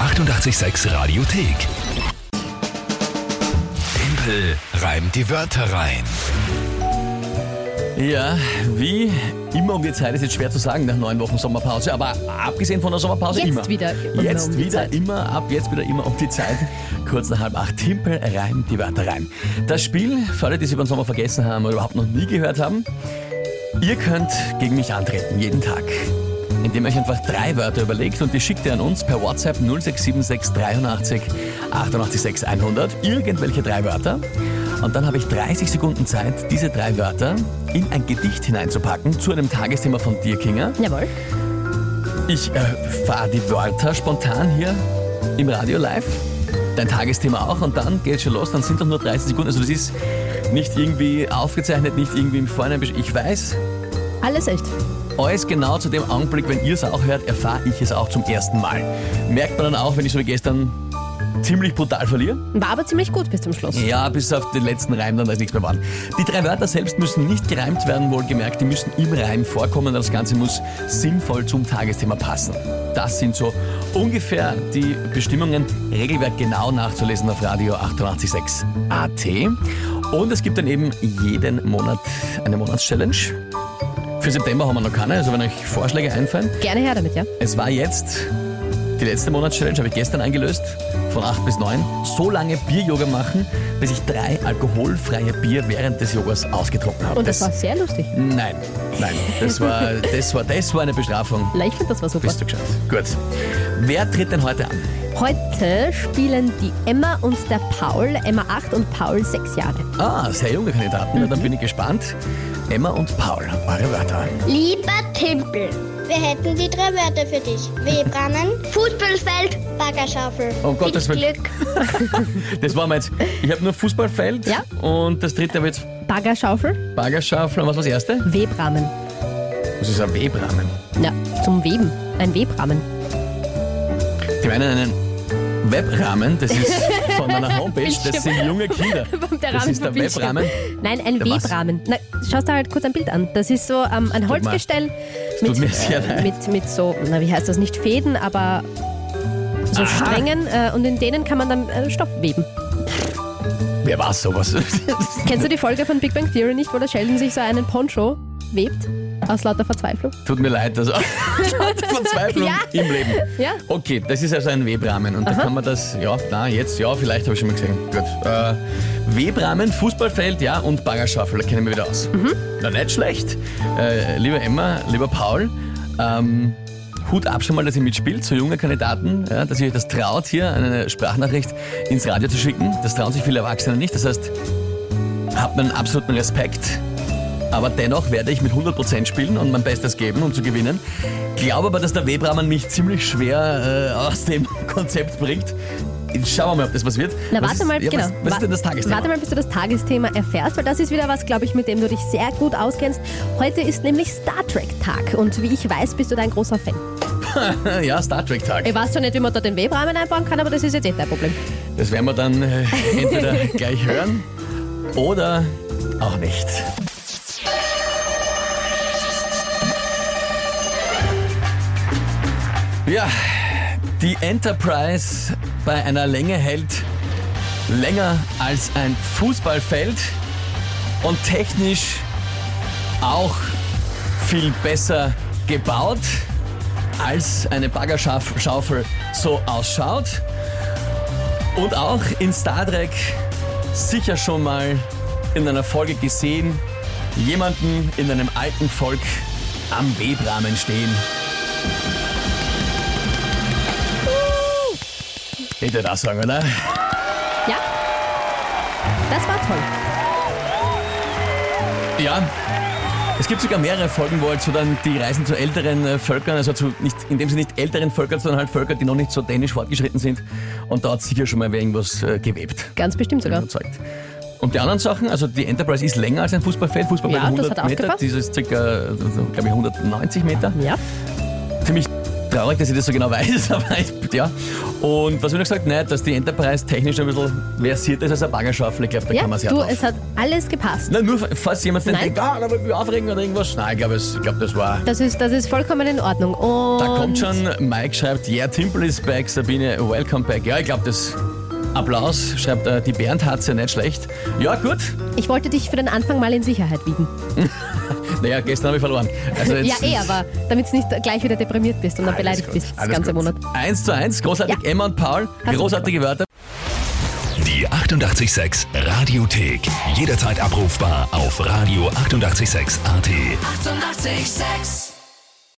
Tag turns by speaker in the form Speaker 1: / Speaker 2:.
Speaker 1: 886 Radiothek. Tempel reimt die Wörter rein.
Speaker 2: Ja, wie immer um die Zeit ist jetzt schwer zu sagen nach neun Wochen Sommerpause, aber abgesehen von der Sommerpause
Speaker 3: Jetzt
Speaker 2: immer.
Speaker 3: wieder immer
Speaker 2: jetzt
Speaker 3: um die
Speaker 2: wieder
Speaker 3: Zeit.
Speaker 2: immer ab, jetzt wieder immer um die Zeit. Kurz nach halb acht Timpel reimt die Wörter rein. Das Spiel, für alle, die es über den Sommer vergessen haben oder überhaupt noch nie gehört haben, ihr könnt gegen mich antreten, jeden Tag. Indem ihr euch einfach drei Wörter überlegt und die schickt ihr an uns per WhatsApp 0676 83 886 100. Irgendwelche drei Wörter. Und dann habe ich 30 Sekunden Zeit, diese drei Wörter in ein Gedicht hineinzupacken zu einem Tagesthema von Dirkinger.
Speaker 3: Jawohl.
Speaker 2: Ich äh, fahre die Wörter spontan hier im Radio live. Dein Tagesthema auch und dann geht's schon los. Dann sind doch nur 30 Sekunden. Also das ist nicht irgendwie aufgezeichnet, nicht irgendwie im Vorhinein. besch- Ich weiß,
Speaker 3: Alles echt.
Speaker 2: alles genau zu dem Augenblick, wenn ihr es auch hört, erfahre ich es auch zum ersten Mal. Merkt man dann auch, wenn ich so wie gestern ziemlich brutal verliere?
Speaker 3: War aber ziemlich gut bis zum Schluss.
Speaker 2: Ja, bis auf den letzten Reim, dann ist nichts mehr waren. Die drei Wörter selbst müssen nicht gereimt werden, wohlgemerkt. Die müssen im Reim vorkommen. Das Ganze muss sinnvoll zum Tagesthema passen. Das sind so ungefähr die Bestimmungen. Regelwerk genau nachzulesen auf Radio 886 AT. Und es gibt dann eben jeden Monat eine Monatschallenge. Für September haben wir noch keine, also wenn euch Vorschläge einfallen.
Speaker 3: Gerne her damit, ja?
Speaker 2: Es war jetzt die letzte Monatschallenge, habe ich gestern eingelöst, von 8 bis 9. So lange Bier-Yoga machen, bis ich drei alkoholfreie Bier während des Yogas ausgetrunken habe.
Speaker 3: Und das war sehr lustig.
Speaker 2: Nein, nein, das war, das war, das war eine Bestrafung.
Speaker 3: Na, ich finde, das war super.
Speaker 2: Bist du gescheit. Gut. Wer tritt denn heute an?
Speaker 3: Heute spielen die Emma und der Paul, Emma 8 und Paul 6 Jahre.
Speaker 2: Ah, sehr junge Kandidaten,
Speaker 3: Mhm.
Speaker 2: Na, dann bin ich gespannt. Emma und Paul, eure Wörter.
Speaker 4: Lieber Tempel,
Speaker 5: Wir hätten die drei Wörter für dich. Webrannen,
Speaker 4: Fußballfeld,
Speaker 5: Baggerschaufel.
Speaker 2: Um Gottes
Speaker 4: viel
Speaker 2: Willen,
Speaker 4: Glück.
Speaker 2: das war mir jetzt. Ich habe nur Fußballfeld
Speaker 3: Ja.
Speaker 2: und das dritte war jetzt
Speaker 3: Baggerschaufel,
Speaker 2: Baggerschaufel. Und was war das erste?
Speaker 3: Webrahmen.
Speaker 2: Das ist ein Webrahmen.
Speaker 3: Ja, zum Weben. Ein Webrahmen.
Speaker 2: Die meinen einen Webrahmen, das ist von einer Homepage, das sind junge Kinder.
Speaker 3: Der
Speaker 2: Das
Speaker 3: Rahmen
Speaker 2: ist der
Speaker 3: vom Bildschirm.
Speaker 2: Webrahmen.
Speaker 3: Nein, ein
Speaker 2: Der was?
Speaker 3: Webrahmen. Na, schaust da halt kurz ein Bild an. Das ist so ähm,
Speaker 2: tut
Speaker 3: ein
Speaker 2: mir-
Speaker 3: Holzgestell
Speaker 2: tut mir sehr leid.
Speaker 3: mit, mit so, na, wie heißt das, nicht Fäden, aber so Strängen äh, und in denen kann man dann äh, Stoff weben.
Speaker 2: Wer war sowas?
Speaker 3: Kennst du die Folge von Big Bang Theory nicht, wo der Sheldon sich so einen Poncho webt? Aus lauter Verzweiflung?
Speaker 2: Tut mir leid, das Verzweiflung
Speaker 3: Ja.
Speaker 2: im Leben.
Speaker 3: Ja.
Speaker 2: Okay, das ist also ein Webrahmen und da kann man das, ja, na, jetzt, ja, vielleicht habe ich schon mal gesehen. Gut. Äh, Webrahmen, Fußballfeld, ja, und Baggerschaufel, da kennen wir wieder aus.
Speaker 3: Mhm.
Speaker 2: Na, nicht schlecht. Äh, lieber Emma, lieber Paul, ähm, Hut ab schon mal, dass ihr mitspielt, so junge Kandidaten, ja, dass ihr euch das traut, hier eine Sprachnachricht ins Radio zu schicken. Das trauen sich viele Erwachsene nicht, das heißt, habt meinen absoluten Respekt. Aber dennoch werde ich mit 100% spielen und mein Bestes geben, um zu gewinnen. Glaube aber, dass der Webrahmen mich ziemlich schwer äh, aus dem Konzept bringt. Schauen wir mal, ob das was wird.
Speaker 3: Na,
Speaker 2: was
Speaker 3: warte
Speaker 2: ist,
Speaker 3: mal,
Speaker 2: ja,
Speaker 3: genau.
Speaker 2: Was, was ist denn das
Speaker 3: Wa-
Speaker 2: Tagesthema?
Speaker 3: Warte mal, bis du das Tagesthema erfährst, weil das ist wieder was, glaube ich, mit dem du dich sehr gut auskennst. Heute ist nämlich Star Trek-Tag und wie ich weiß, bist du da ein großer Fan.
Speaker 2: Ja, Star Trek Tag.
Speaker 3: Ich weiß zwar nicht, wie man da den Webrahmen einbauen kann, aber das ist jetzt eh dein Problem.
Speaker 2: Das werden wir dann äh, entweder gleich hören oder auch nicht. Ja, die Enterprise bei einer Länge hält länger als ein Fußballfeld und technisch auch viel besser gebaut als eine Baggerschaufel so ausschaut. Und auch in Star Trek sicher schon mal in einer Folge gesehen, jemanden in einem alten Volk am Webrahmen stehen. Hätte das sagen, oder?
Speaker 3: Ja? Das war toll.
Speaker 2: Ja. Es gibt sogar mehrere Folgen, wo halt so dann die Reisen zu älteren äh, Völkern, also zu nicht, in dem sie nicht älteren Völkern, sondern halt Völker, die noch nicht so dänisch fortgeschritten sind. Und da hat sicher schon mal wer irgendwas äh, gewebt.
Speaker 3: Ganz bestimmt
Speaker 2: bin
Speaker 3: sogar.
Speaker 2: überzeugt. Und die anderen Sachen, also die Enterprise ist länger als ein Fußballfeld, Fußballfeld
Speaker 3: Ja, das
Speaker 2: 100
Speaker 3: hat auch
Speaker 2: Meter,
Speaker 3: gepasst.
Speaker 2: dieses circa, glaube ich, 190 Meter.
Speaker 3: Ja?
Speaker 2: Ziemlich traurig, dass ich das so genau weiß, aber ich, ja. Und was mir noch gesagt? Nein, dass die Enterprise technisch ein bisschen versiert ist als eine Baggerschaufel. Ich glaube, da
Speaker 3: Ja,
Speaker 2: kann man sich
Speaker 3: du,
Speaker 2: auch drauf.
Speaker 3: es hat alles gepasst.
Speaker 2: Nein, nur falls jemand
Speaker 3: Nein.
Speaker 2: denkt, ah, da will ich mich aufregen oder irgendwas. Nein, ich glaube, es- ich glaube, das war...
Speaker 3: Das ist, das ist vollkommen in Ordnung. Und
Speaker 2: Da kommt schon, Mike schreibt, yeah, Timple is back, Sabine, welcome back. Ja, ich glaube, das Applaus, schreibt äh, die Bernd, hat's ja nicht schlecht. Ja, gut.
Speaker 3: Ich wollte dich für den Anfang mal in Sicherheit wiegen.
Speaker 2: Naja, gestern habe ich verloren. Also
Speaker 3: Ja,
Speaker 2: jetzt
Speaker 3: eh,
Speaker 2: ist-
Speaker 3: aber damit du nicht gleich wieder deprimiert bist und dann beleidigt
Speaker 2: gut,
Speaker 3: bist das
Speaker 2: alles
Speaker 3: ganze
Speaker 2: gut.
Speaker 3: Monat.
Speaker 2: Eins zu eins, großartig,
Speaker 3: Ja.
Speaker 2: Emma und Paul,
Speaker 3: Hast du
Speaker 2: großartige Wörter.
Speaker 1: Die 886 Radiothek. Jederzeit abrufbar auf radio886.at. 886! 886.
Speaker 6: 886